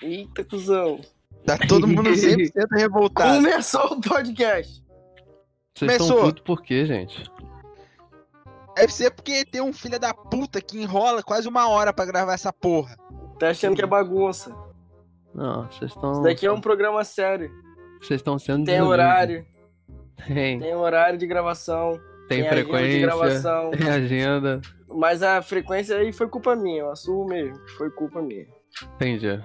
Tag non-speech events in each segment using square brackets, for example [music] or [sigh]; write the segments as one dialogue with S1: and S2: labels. S1: Eita, cuzão. Tá.
S2: Tá todo mundo 100% [laughs] revoltado.
S1: Começou o podcast.
S3: Vocês estão
S2: Começou.
S3: putos por quê, gente?
S2: Deve ser porque tem um filho da puta que enrola quase uma hora pra gravar essa porra.
S1: Tá achando que é bagunça.
S3: Não, vocês estão.
S1: Isso daqui é um programa sério.
S3: Vocês estão sendo.
S1: Tem
S3: desunidos.
S1: horário,
S3: [laughs] Tem, tem,
S1: tem horário de gravação, agenda de
S3: frequência.
S1: gravação.
S3: Tem agenda.
S1: Mas a frequência aí foi culpa minha, eu assumo mesmo. que Foi culpa minha.
S3: Entendi.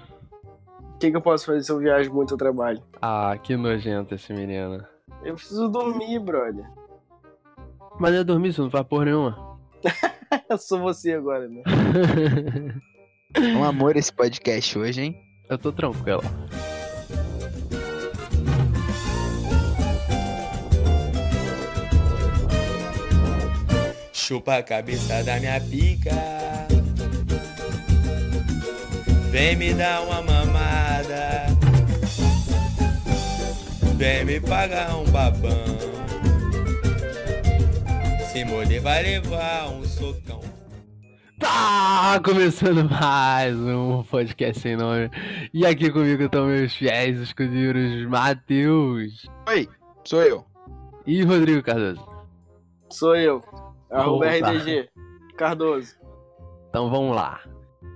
S1: O que, que eu posso fazer se eu viajo muito ao trabalho?
S3: Ah, que nojento esse menino.
S1: Eu preciso dormir, brother. [laughs]
S3: Mas eu dormi, isso não faz porra nenhuma.
S1: Eu sou você agora, né?
S2: Um amor esse podcast hoje, hein?
S3: eu tô tranquilo.
S4: Chupa a cabeça da minha pica. Vem me dar uma mamada. Vem me pagar um babão. Se morder, vai levar um socão.
S3: Tá começando mais um podcast sem nome. E aqui comigo estão meus fiéis escudeiros Matheus
S2: Oi, sou eu.
S3: e Rodrigo Cardoso.
S1: Sou eu. Arroba
S3: Opa.
S1: RDG. Cardoso.
S3: Então vamos lá.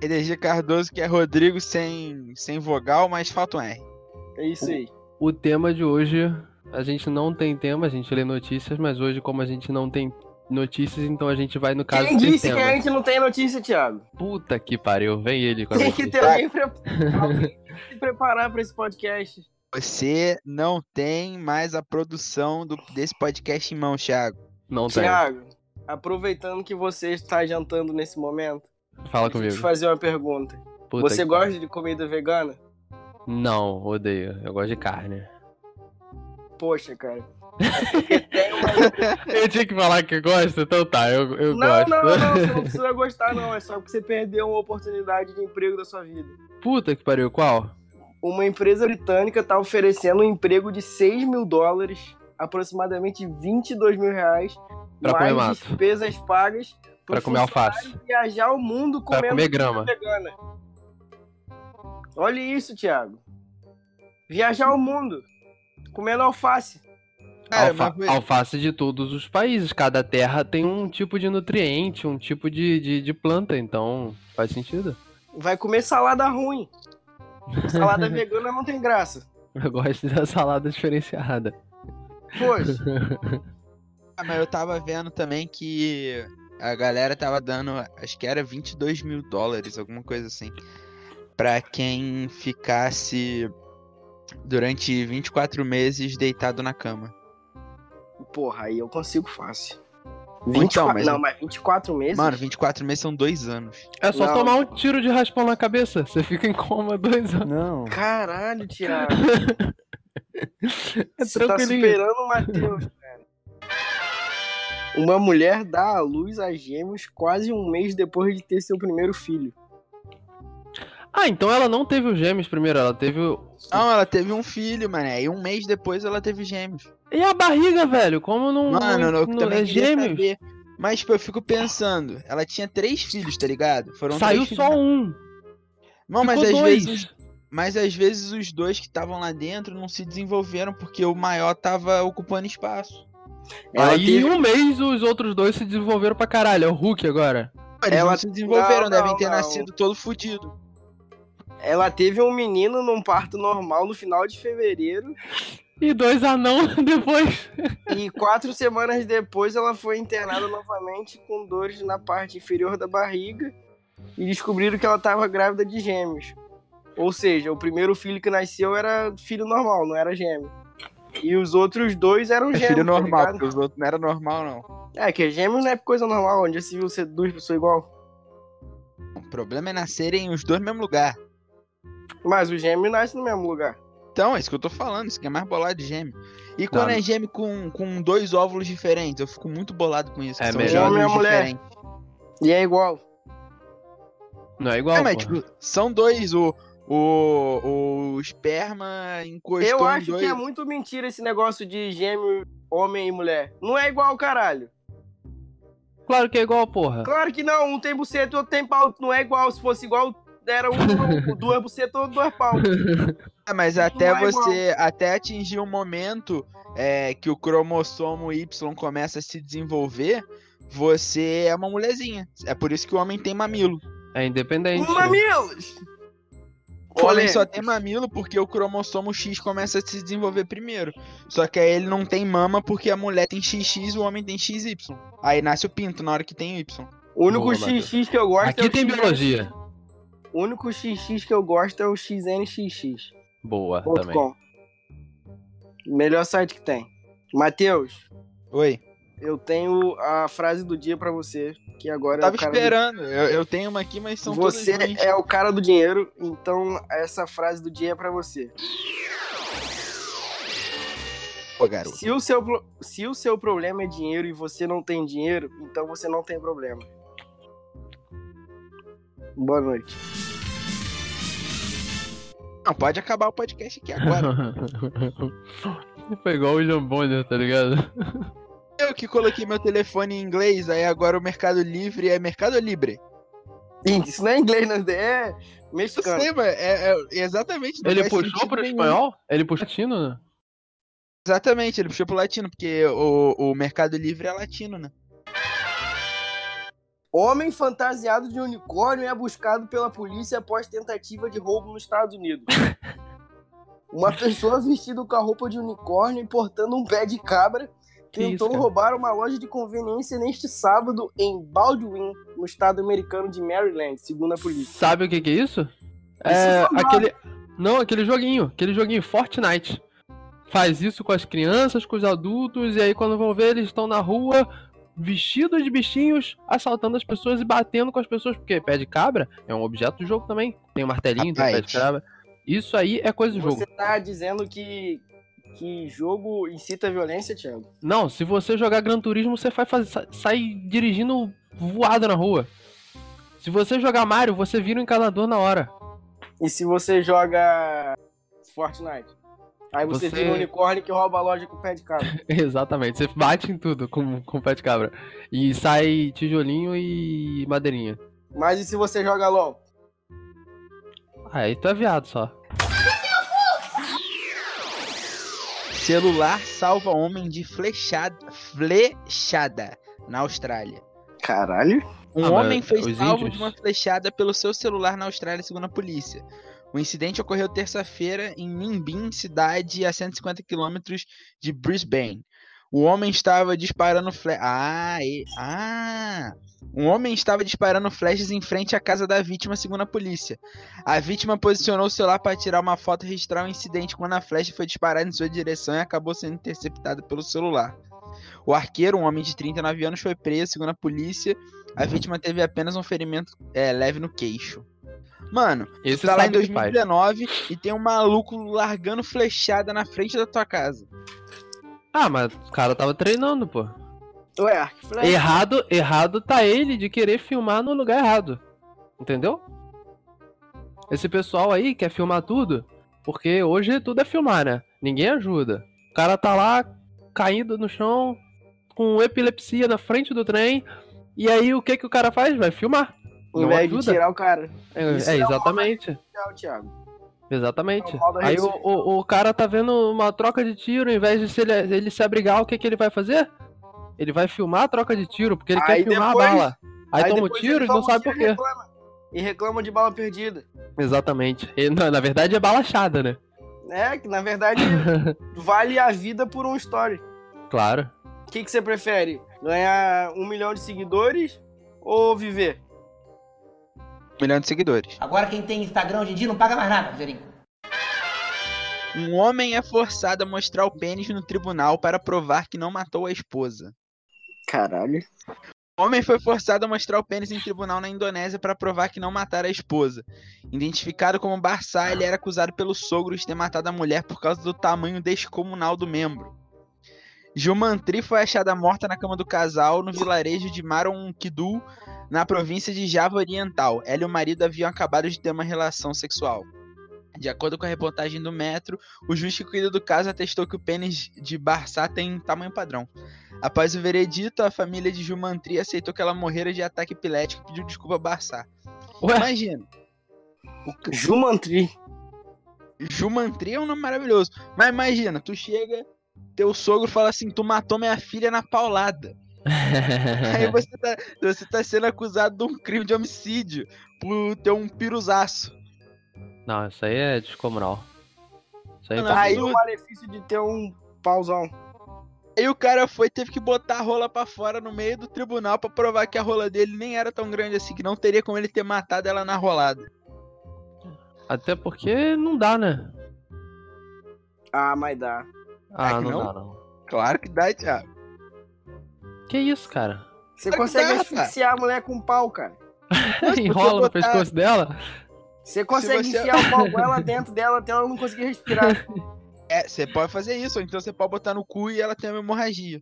S2: EDG Cardoso, que é Rodrigo sem, sem vogal, mas falta um R.
S1: É isso aí.
S3: O tema de hoje, a gente não tem tema, a gente lê notícias, mas hoje, como a gente não tem notícias, então a gente vai no caso
S1: Quem
S3: sem
S1: disse que é?
S3: tema.
S1: a gente não tem notícia, Thiago?
S3: Puta que pariu, vem ele com a
S1: Tem que
S3: notícia.
S1: ter alguém, pre... [laughs] alguém se preparar pra esse podcast.
S2: Você não tem mais a produção do, desse podcast em mão, Thiago.
S3: Não tem.
S1: Thiago, aproveitando que você está jantando nesse momento, deixa
S3: Fala
S1: eu te
S3: comigo.
S1: fazer uma pergunta.
S3: Puta
S1: você
S3: que-
S1: gosta de comida vegana?
S3: Não, odeio. Eu gosto de carne.
S1: Poxa, cara.
S3: Eu tinha que falar que gosto, então tá, eu, eu
S1: Não,
S3: gosto.
S1: não, não,
S3: [laughs]
S1: não, você não precisa gostar, não. É só porque você perdeu uma oportunidade de emprego da sua vida.
S3: Puta que pariu, qual?
S1: Uma empresa britânica tá oferecendo um emprego de 6 mil dólares, aproximadamente 22 mil reais,
S3: Pra comer
S1: mais
S3: mato.
S1: despesas pagas pro
S3: Pra comer alface.
S1: funcionário viajar o mundo
S3: Pra
S1: comendo
S3: comer
S1: comida
S3: grama.
S1: vegana. Olha isso, Thiago. Viajar o mundo comendo alface. É,
S2: Cara,
S3: Alfa-
S2: mas foi-
S3: Alface de todos os países. Cada terra tem um tipo de nutriente, um tipo de, de, de planta, então faz sentido.
S1: Vai comer salada ruim. Salada vegana não tem graça.
S3: Eu gosto [laughs] da salada diferenciada.
S1: Poxa.
S2: Ah, mas eu tava vendo também que a galera tava dando, acho que era 22 mil dólares, alguma coisa assim, pra quem ficasse durante 24 meses deitado na cama.
S1: Porra, aí eu consigo fácil.
S2: Então,
S1: 24,
S2: mas-
S1: Não, mas 24 meses?
S2: Mano, 24 meses são dois anos.
S3: É só
S1: Não.
S3: tomar um tiro de raspão na cabeça. Você fica em coma [laughs] dois anos.
S5: Não.
S1: Caralho, Thiago.
S3: [laughs] É
S1: Você tá
S3: tranquilinho.
S1: superando o Matheus, cara. Uma mulher dá à luz a gêmeos quase um mês depois de ter seu primeiro filho.
S3: Ah, então ela não teve os gêmeos primeiro, ela teve. o-
S2: Não, ela teve um filho, mané, e um mês depois ela teve gêmeos.
S3: E a barriga, velho? Como não.
S2: Mano, eu
S3: não-
S2: também
S3: é
S2: queria
S3: gêmeos?
S2: saber. Mas, tipo, eu fico pensando, ela tinha três filhos, tá ligado? Foram
S3: Saiu
S2: três filhos
S3: só
S2: na-
S3: um.
S2: Não, mas
S3: Ficou
S2: às
S3: dois.
S2: vezes Mas às vezes os dois que estavam lá dentro não se desenvolveram porque o maior tava ocupando espaço.
S1: Ela
S3: Aí
S1: teve-
S3: em um mês os outros dois se desenvolveram pra caralho. É o Hulk agora.
S2: Eles
S1: Ela-
S2: não se desenvolveram,
S1: Ah, não,
S2: devem
S1: não,
S2: ter
S1: não.
S2: nascido todo fudido.
S1: Ela teve um menino num parto normal no final de fevereiro
S3: E dois anão [laughs] depois.
S2: [laughs]
S1: e quatro semanas depois ela foi internada novamente com dores na parte inferior da barriga e descobriram que ela estava grávida de gêmeos. Ou seja, o primeiro filho que nasceu era filho normal, não era gêmeo. E os outros dois eram
S2: É
S1: gêmeos.
S2: filho
S1: tá
S2: normal,
S1: ligado?
S2: porque os outros não era normal, não.
S1: É, que gêmeos não é coisa normal, onde já se viu ser duas pessoas igual.
S2: O problema é nascerem os dois no mesmo lugar.
S1: Mas o gêmeo nasce no mesmo lugar.
S2: Então, é isso que eu tô falando, isso que é mais bolado de gêmeo. E quando
S3: Não.
S2: é gêmeo com, com dois óvulos diferentes, eu fico muito bolado com isso.
S3: É
S2: que são
S3: melhor.
S2: óvulos
S1: Homem e mulher.
S2: diferentes.
S1: E é igual.
S3: Não é igual.
S2: É, mas
S3: porra.
S2: tipo, são dois, o, o, o esperma encostou
S1: Eu
S2: em
S1: acho
S2: dois.
S1: que é muito mentira esse negócio de gêmeo, homem e mulher. Não é igual, caralho.
S3: Claro que é igual, porra.
S1: Claro que não, um tem buceta e outro tem pau. Não é igual, se fosse igual, era um,
S2: [laughs]
S1: o duas bucetas ou duas pau.
S2: Ah, mas até
S1: vai,
S2: você, até atingir o momento é, que o cromossomo Y começa a se desenvolver, você é uma mulherzinha. É por isso que o homem tem mamilo.
S3: É independente.
S1: Um Mamilos!
S2: O homem
S1: Polêmica.
S2: só tem mamilo porque o cromossomo X começa a se desenvolver primeiro. Só que aí ele não tem mama porque a mulher tem XX e o homem tem XY. Aí nasce o pinto na hora que tem Y.
S1: O único
S3: Boa, Matheus.
S1: XX que eu gosto é
S3: Aqui
S1: o
S3: tem
S1: X-
S2: né?
S3: biologia.
S1: O único XX que eu gosto é o XNXX.
S3: Boa
S1: ponto
S3: também.
S1: com. Melhor site que tem. Matheus,
S2: Oi.
S1: eu tenho a frase do dia pra você, que agora
S2: Tava
S1: é o cara
S2: esperando. Eu, eu tenho uma aqui, mas são
S1: do... Você
S2: todas ruins.
S1: é o cara do dinheiro, então essa frase do dia é pra você.
S2: Pô, garoto.
S1: Se o, seu, pro- se o seu problema é dinheiro e você não tem dinheiro, então você não tem problema. Boa noite.
S2: Não, pode acabar o podcast aqui agora.
S3: [laughs] Foi igual o Jambonha, tá ligado?
S2: eu que coloquei meu telefone em inglês, aí agora o Mercado Livre é Mercado Livre.
S1: Ih, Isso não é inglês, não é
S2: Eu
S1: mexicano.
S2: sei, mas é, é exatamente. não
S3: Ele
S2: faz
S3: puxou
S2: sentido
S3: pro
S2: nenhum.
S3: espanhol? Ele puxou latino, né?
S2: Exatamente, ele puxou pro latino, porque o, o Mercado Livre é latino, né?
S1: Homem fantasiado de unicórnio é buscado pela polícia após tentativa de roubo nos Estados
S3: [laughs]
S1: Unidos. Uma pessoa vestida com a roupa de unicórnio e portando um pé de cabra
S3: Que isso,
S1: tentou
S3: cara?
S1: roubar uma loja de conveniência neste sábado em Baldwin, no estado americano de Maryland, segundo a polícia.
S3: Sabe o que que é isso? É
S1: Isso é
S3: aquele. Não, aquele joguinho. Aquele joguinho Fortnite. Faz isso com as crianças, com os adultos, e aí quando vão ver, eles estão na rua vestidos de bichinhos, assaltando as pessoas e batendo com as pessoas, porque pé de cabra é um objeto do jogo também. Tem um martelinho, tem pé
S2: Rapaz.
S3: de cabra. Isso aí é coisa do jogo.
S1: Você tá dizendo que, que jogo incita a violência, Thiago?
S3: Não, se você jogar Gran Turismo, você vai fazer, sa- sair dirigindo voado na rua. Se você jogar Mario, você vira um encanador na hora.
S1: E se você joga Fortnite? Aí você,
S3: Você-
S1: vira um unicórnio que rouba a loja com o pé de cabra.
S3: [laughs] Exatamente, você bate em tudo com, com o pé de cabra. E sai tijolinho e madeirinha.
S1: Mas e se você joga LOL?
S3: Aí tu é viado só.
S2: Celular salva homem de flechada, flechada na Austrália.
S1: Caralho.
S2: Um
S3: Ah, mas
S2: homem foi
S3: os
S2: salvo
S3: índios?
S2: de uma flechada pelo seu celular na Austrália, segundo a polícia. O incidente ocorreu terça-feira em Nimbin, cidade a 150 quilômetros de Brisbane. O homem estava disparando flechas. Ah, e... ah! Um homem estava disparando flechas em frente à casa da vítima, segundo a polícia. A vítima posicionou o celular para tirar uma foto e registrar o incidente quando a flecha foi disparada em sua direção e acabou sendo interceptada pelo celular. O arqueiro, um homem de 39 anos, foi preso, segundo a polícia. A vítima teve apenas um ferimento é, leve no queixo. Mano,
S3: Esse
S2: tá lá em
S3: sabe que faz.
S2: 2019 e tem um maluco largando flechada na frente da tua casa.
S3: Ah, mas o cara tava treinando, pô.
S1: Ué, que flash.
S3: Errado, errado tá ele de querer filmar no lugar errado. Entendeu? Esse pessoal aí quer filmar tudo, porque hoje tudo é filmar, né? Ninguém ajuda. O cara tá lá caindo no chão com epilepsia na frente do trem. E aí o que que o cara faz? Vai filmar.
S1: Em
S3: É, não
S1: vez de
S3: ajuda.
S1: tirar o cara.
S3: É,
S1: Isso é
S3: é,
S1: uma
S3: exatamente.
S1: Tchau, Thiago.
S3: Exatamente.
S1: é uma roda
S3: Aí o,
S1: religiosa.
S3: o, o cara tá vendo uma troca de tiro, em vez de se ele, ele se abrigar, o que, que ele vai fazer? Ele vai filmar a troca de tiro, porque ele
S1: Aí
S3: quer filmar
S1: depois-
S3: a bala. Aí, toma o
S1: depois
S3: tiro
S1: ele
S3: e não
S1: toma o
S3: sabe
S1: tiro
S3: por
S1: E
S3: quê.
S1: reclama, E reclama de bala perdida.
S3: Exatamente. E, na, na verdade é bala achada, né?
S1: É, que na
S3: [laughs]
S1: verdade vale a vida por um story.
S3: Claro.
S1: O que, que você prefere? Ganhar um milhão de seguidores ou viver?
S2: Um milhão de seguidores.
S5: Agora quem tem Instagram hoje em dia não paga mais nada, Rogerinho.
S2: Um homem é forçado a mostrar o pênis no tribunal para provar que não matou a esposa.
S1: Caralho.
S2: O homem foi forçado a mostrar o pênis em tribunal na Indonésia para provar que não matara a esposa. Identificado como Barçá, ele era acusado pelo sogro de ter matado a mulher por causa do tamanho descomunal do membro. Gilmantri foi achada morta na cama do casal no vilarejo de Maronkidu, na província de Java Oriental. Ela e o marido haviam acabado de ter uma relação sexual. De acordo com a reportagem do Metro, o juiz que cuida do caso atestou que o pênis de Barçá tem tamanho padrão. Após o veredito, a família de Jumantri aceitou que ela morrera de ataque epilético e pediu desculpa a Barçá.
S3: Ué,
S2: Imagina. O c-
S1: Jumantri.
S2: Jumantri é um nome maravilhoso. Mas imagina, tu chega, teu sogro fala assim, tu matou minha filha na
S3: [laughs]
S2: paulada. Aí você tá, você tá sendo acusado de um crime de homicídio por ter um piruzaço.
S3: Não, isso aí é descomunal. Isso aí
S2: Não,
S3: tá
S1: Aí
S2: eu-
S1: o malefício de ter um pauzão.
S2: Aí o cara foi, teve que botar a rola pra fora no meio do tribunal pra provar que a rola dele nem era tão grande assim, que não teria como ele ter matado ela na rolada.
S3: Até porque não dá, né?
S1: Ah, mas dá. É
S3: Ah,
S2: que
S3: não,
S2: não?
S3: dá, não.
S2: Claro que dá,
S3: [laughs]
S2: Thiago.
S3: Que isso, cara?
S1: Você
S2: Mas
S1: consegue
S2: dá,
S1: asfixiar a mulher com um pau, cara.
S3: [laughs]
S2: podia
S3: Enrola no
S2: botar-
S3: pescoço dela?
S1: Você consegue
S2: você-
S1: enfiar o pau
S3: [laughs]
S1: com ela dentro dela até ela não conseguir respirar.
S2: É, você pode fazer isso, ou então você pode botar no cu e ela tem uma hemorragia.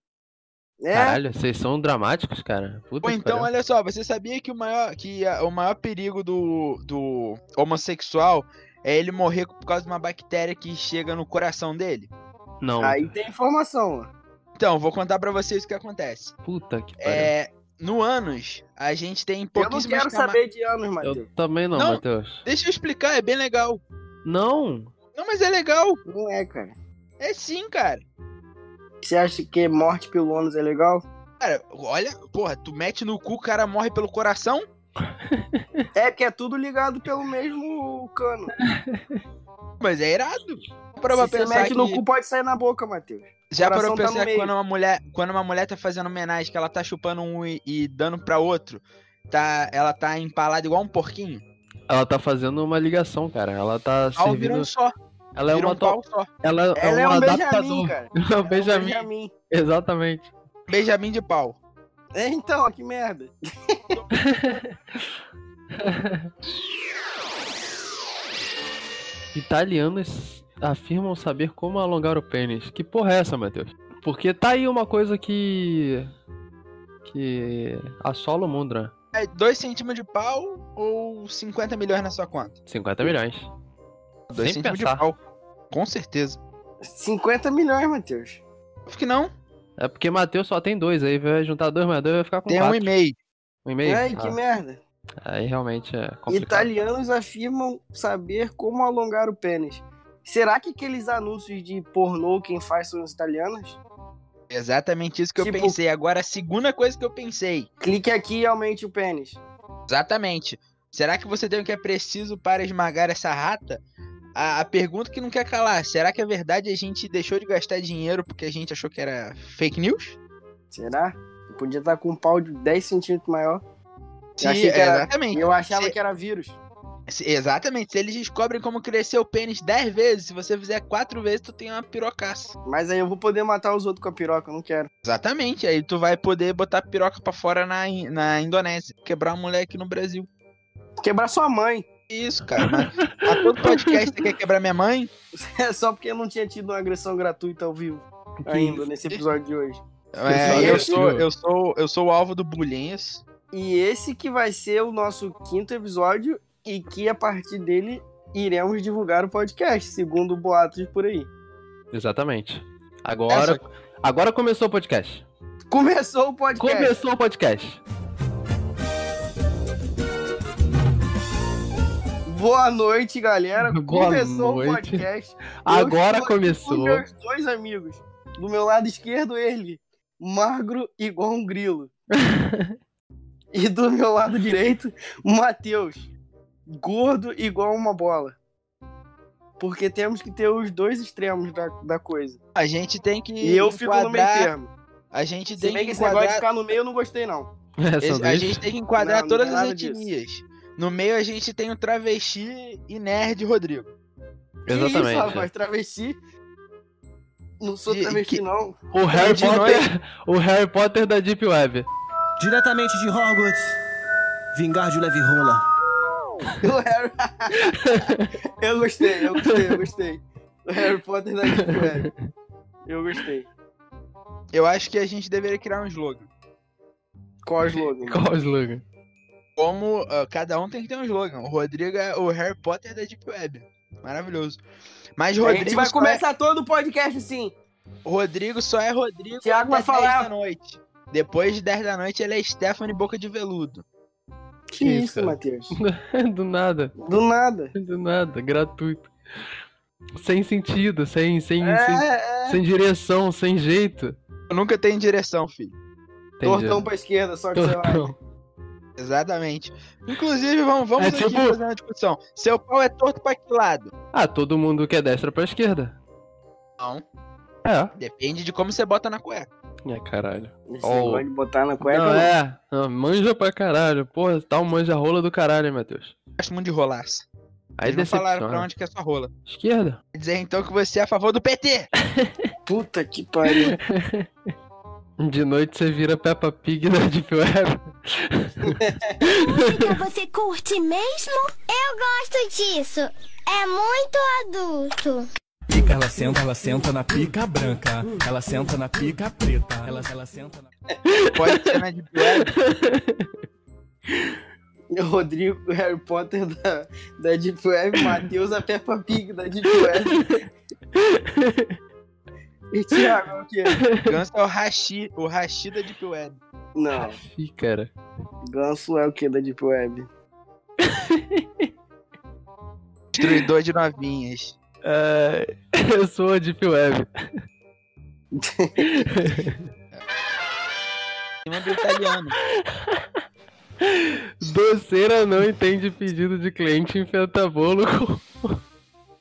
S1: É,
S3: Caralho, vocês são dramáticos, cara. Puta
S2: Ou
S3: que
S2: então,
S3: pariu.
S2: olha só, você sabia que o maior, que a- o maior perigo do, do homossexual é ele morrer por causa de uma bactéria que chega no coração dele?
S3: Não.
S1: é aí tem informação. ó.
S2: Então, vou contar pra vocês o que acontece.
S3: Puta que pariu.
S2: É, no ânus, a gente tem
S1: Eu não
S2: pouquíssimas
S1: quero
S2: cama-
S1: saber de anos, Matheus.
S3: Eu também não,
S2: Não.
S3: Matheus.
S2: Deixa eu explicar, é bem legal.
S3: Não.
S2: Não, mas é legal.
S1: Não é, cara.
S2: É sim, cara.
S1: Você acha que morte pelo ânus é legal?
S2: Cara, olha, porra, tu mete no cu, o cara morre pelo coração?
S1: É, porque é tudo ligado pelo mesmo cano.
S2: Mas é irado. Pra
S1: Se você
S2: pensar
S1: mete
S2: que...
S1: no cu, pode sair na boca, Matheus.
S3: É
S2: Já parou
S1: Coração
S2: pra
S1: tá no
S2: pensar que
S1: meio.
S2: quando uma, mulher, quando uma mulher tá fazendo homenagem, que ela tá chupando um e, e dando pra outro, tá, ela tá empalada igual um porquinho?
S3: Ela tá fazendo uma ligação, cara. Ela tá
S2: Ao
S3: servindo.
S2: vira um só,
S3: Ela é
S2: vira
S3: uma.
S2: um
S3: to-
S2: pau só.
S3: Ela,
S1: Ela é
S3: um
S1: um Benjamin,
S3: [laughs] adaptador.
S1: cara.
S3: É um
S1: Ela
S3: Benjamin.
S1: É um Benjamin.
S3: Exatamente.
S2: Benjamin de pau.
S1: É, então, ó, que merda.
S3: Italianos afirmam saber como alongar o pênis. Que porra é essa, Matheus? Porque tá aí uma coisa que. que. assola o mundo, né?
S2: É 2 centímetros de pau ou 50 milhões na sua conta?
S3: 50 milhões.
S2: 2
S3: Sem
S2: centímetros
S3: pensar.
S2: de pau. Com certeza.
S1: 50 milhões, Matheus.
S2: Acho que não.
S3: É porque Matheus só tem dois, aí vai juntar dois mais dois vai ficar com
S2: Tem um
S3: quatro.
S2: e meio.
S3: Um e meio?
S1: Ai, que
S3: Ah,
S1: merda.
S3: aí realmente é complicado.
S1: Italianos afirmam saber como alongar o pênis. Será que aqueles anúncios de pornô quem faz são os italianos?
S2: Exatamente isso que eu
S1: Tipo-
S2: pensei. Agora, a segunda coisa que eu pensei.
S1: Clique aqui e aumente o pênis.
S2: Exatamente. Será que você tem o que é preciso para esmagar essa rata? A, a pergunta que não quer calar: será que é verdade a gente deixou de gastar dinheiro porque a gente achou que era fake news?
S1: Será? Eu podia estar com um pau de 10 centímetros maior.
S2: Se-
S1: achei que era-
S2: exatamente.
S1: Eu achava
S2: Se-
S1: que era vírus.
S2: se- exatamente. Se eles descobrem como crescer o pênis 10 vezes, se você fizer 4 vezes, tu tem uma pirocaça.
S1: Mas aí eu vou poder matar os outros com a piroca, eu não quero.
S2: Exatamente. Aí tu vai poder botar a piroca pra fora na, In- na Indonésia. Quebrar uma mulher aqui no Brasil.
S1: Quebrar sua mãe. [laughs]
S2: Isso, cara. Mas, mas todo podcast você quer quebrar minha mãe?
S1: É só porque eu não tinha tido uma agressão gratuita ao vivo
S3: Um
S1: ainda nesse episódio de hoje.
S2: É,
S1: Isso,
S2: eu,
S1: isso.
S2: sou, eu, sou, eu sou o alvo do bullying. isso.
S1: E esse que vai ser o nosso quinto episódio e que a partir dele iremos divulgar o podcast, segundo boatos por aí.
S3: Exatamente. Agora,
S2: É, só-
S3: agora começou o podcast.
S1: Começou o podcast.
S3: Começou o podcast.
S1: Boa noite, galera.
S3: [laughs] Boa
S1: Começou
S3: noite.
S1: o podcast. estou
S3: Agora
S1: aqui Com
S3: começou.
S1: meus dois amigos. Do meu lado esquerdo, ele, magro igual um
S2: [laughs]
S1: grilo. e do meu lado direito, Matheus, gordo igual uma bola. Porque temos que ter os dois extremos da, da coisa.
S2: A gente tem que.
S1: E eu fico no meio
S2: enquadrar-
S1: termo.
S2: A gente
S1: Se
S2: tem um
S1: bem
S2: que
S1: que esse negócio de
S2: enquadrar.
S1: ficar no meio eu não gostei, não.
S3: [laughs] É,
S2: esse- a
S3: sanduíche.
S2: gente tem que enquadrar
S1: Não, não
S2: todas
S1: tem
S2: as
S1: nada disso.
S2: etnias. No meio a gente tem o travesti e nerd Rodrigo.
S1: Que isso,
S3: Exatamente.
S1: rapaz, travesti. Não sou
S2: E- e
S1: travesti,
S2: que-
S1: não.
S3: o Harry
S2: de
S3: Potter, [laughs] o Harry Potter da Deep Web. [laughs]
S6: Diretamente de Hogwarts, Vingardio Rola.
S1: O Harry... [laughs] eu gostei, eu gostei, eu gostei. O Harry Potter da Deep Web. Eu gostei.
S2: Eu acho que a gente deveria criar um slogan.
S1: Qual é o slogan?
S3: Qual o slogan? [laughs]
S2: Como ah, cada um tem que ter um slogan. O Rodrigo é o Harry Potter da Deep Web. Maravilhoso. Mas
S1: A
S2: Rodrigo,
S1: gente vai
S2: só
S1: começar todo o podcast assim.
S2: é, Rodrigo só é Rodrigo
S1: Thiago vai
S2: até 10
S1: falar.
S2: da noite. Depois de 10 da noite ele é Stephanie Boca de Veludo.
S1: Que
S3: isso,
S1: isso,
S3: cara? [laughs]
S1: Matheus?
S3: do nada,
S1: Do nada.
S3: do nada, gratuito. Sem sentido, sem, sem, sem,
S1: É, é.
S3: sem direção, sem jeito.
S2: Eu nunca tenho direção, filho.
S3: Entendi.
S1: Tortão pra esquerda, só que sei lá.
S3: Tortão.
S2: Exatamente. Inclusive, vamos, vamos
S3: É
S2: aqui
S3: tipo-
S2: fazer uma discussão. Seu pau é torto pra que lado?
S3: Ah, todo mundo que é destra pra esquerda.
S2: Não.
S3: É.
S2: Depende de como você bota na cueca.
S3: É, caralho.
S1: Esse
S3: Oh.
S1: negócio de botar na cueca. né?
S3: não,
S1: não.
S3: é. Não, manja pra caralho. Porra, tá um manja rola do caralho, hein, Matheus.
S2: Gosto muito de rolaça.
S3: Aí
S2: Eles não falaram pra
S3: decepciona.
S2: onde que é sua rola.
S3: Esquerda.
S2: Quer dizer então que você é a favor do PT.
S1: Puta que pariu.
S3: De noite você vira Peppa Pig da Deep Web. [laughs]
S7: Amiga, você curte mesmo? Eu gosto disso. É muito adulto.
S8: Ela senta, ela senta na pica branca. Ela senta na pica preta. Ela, ela senta na.
S2: Pode ser na Deep Web.
S1: O Rodrigo, Harry Potter da, da Deep Web, Matheus, a Peppa Pig da Deep Web.
S3: [laughs]
S1: E Thiago, é o quê?
S2: Ganso é o Hashi. O Hashi da Deep Web.
S1: Não,
S3: Ih, cara.
S1: Ganso é o quê da Deep Web?
S2: Destruidor de novinhas.
S3: É, [laughs] eu sou a Deep Web.
S2: Em cima do italiano.
S3: Doceira não entende pedido de cliente e enfeita bolo com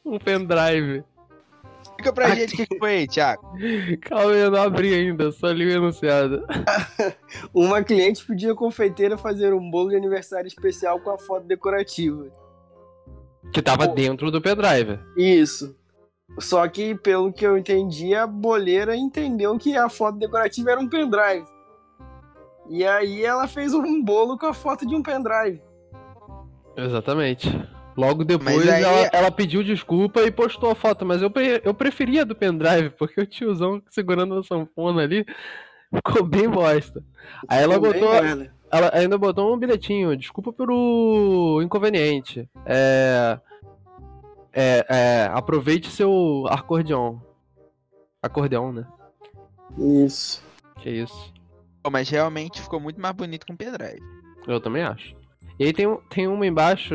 S3: [laughs] um pendrive.
S2: Explica pra gente o que que foi, Thiago.
S3: Calma, eu não abri ainda, só li o enunciado.
S1: Uma cliente pediu à confeiteira fazer um bolo de aniversário especial com a foto decorativa.
S3: Que tava
S1: Pô.
S3: dentro do pendrive.
S1: Isso. Só que, pelo que eu entendi, a boleira entendeu que a foto decorativa era um pendrive. E aí ela fez um bolo com a foto de um pendrive.
S3: Exatamente. Logo depois
S2: Mas aí- é
S3: ela, ela pediu desculpa e postou a foto, mas eu, pre- eu preferia a do pendrive, porque o tiozão segurando a sanfona ali ficou bem bosta. Aí ela
S1: Ficou bem
S3: botou,
S1: merda.
S3: Ela ainda botou um bilhetinho. Desculpa pelo inconveniente. É. É. é aproveite seu acordeão. Acordeão, né?
S1: Isso.
S3: Que isso.
S2: Pô, mas realmente ficou muito mais bonito com pendrive.
S3: Eu também acho. E aí tem, um- tem uma embaixo.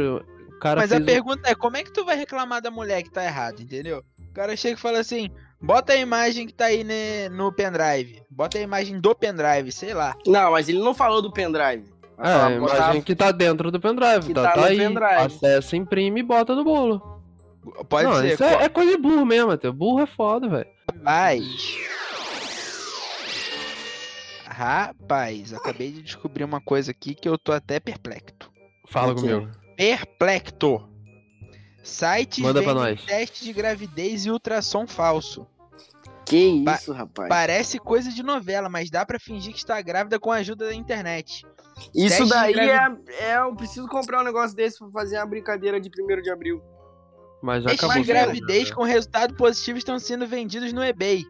S3: O cara
S2: Mas a
S3: fez um-
S2: pergunta é, como é que tu vai reclamar da mulher que tá errado, entendeu? O cara chega e fala assim, bota a imagem que tá aí né, no pendrive. Bota a imagem do pendrive, sei lá.
S1: Não, mas ele não falou do pendrive.
S3: É, a imagem que tá dentro do pendrive.
S1: Que
S3: tá,
S1: tá
S3: tá
S1: no
S3: aí.
S1: pendrive.
S3: Acessa, imprime e bota no bolo.
S2: Pode
S3: Não,
S2: ser.
S3: isso é, é coisa de burro mesmo, até. Burro é foda, velho.
S2: Rapaz. Rapaz, acabei de descobrir uma coisa aqui que eu tô até perplexo.
S3: Fala
S1: Ok.
S3: comigo.
S2: Perplexo. Sites
S3: Manda pra
S2: vendem
S3: nós.
S2: teste de gravidez e ultrassom falso.
S1: Que
S2: Pa-
S1: isso, rapaz.
S2: Parece coisa de novela, mas dá pra fingir que está grávida com a ajuda da internet.
S1: Isso
S2: Teste
S1: daí
S2: de
S1: é, é. Eu preciso comprar um negócio desse pra fazer uma brincadeira de 1 de abril.
S3: Mas já
S2: Testes
S3: acabou.
S2: de gravidez
S3: né?
S2: com resultado positivo estão sendo vendidos no eBay.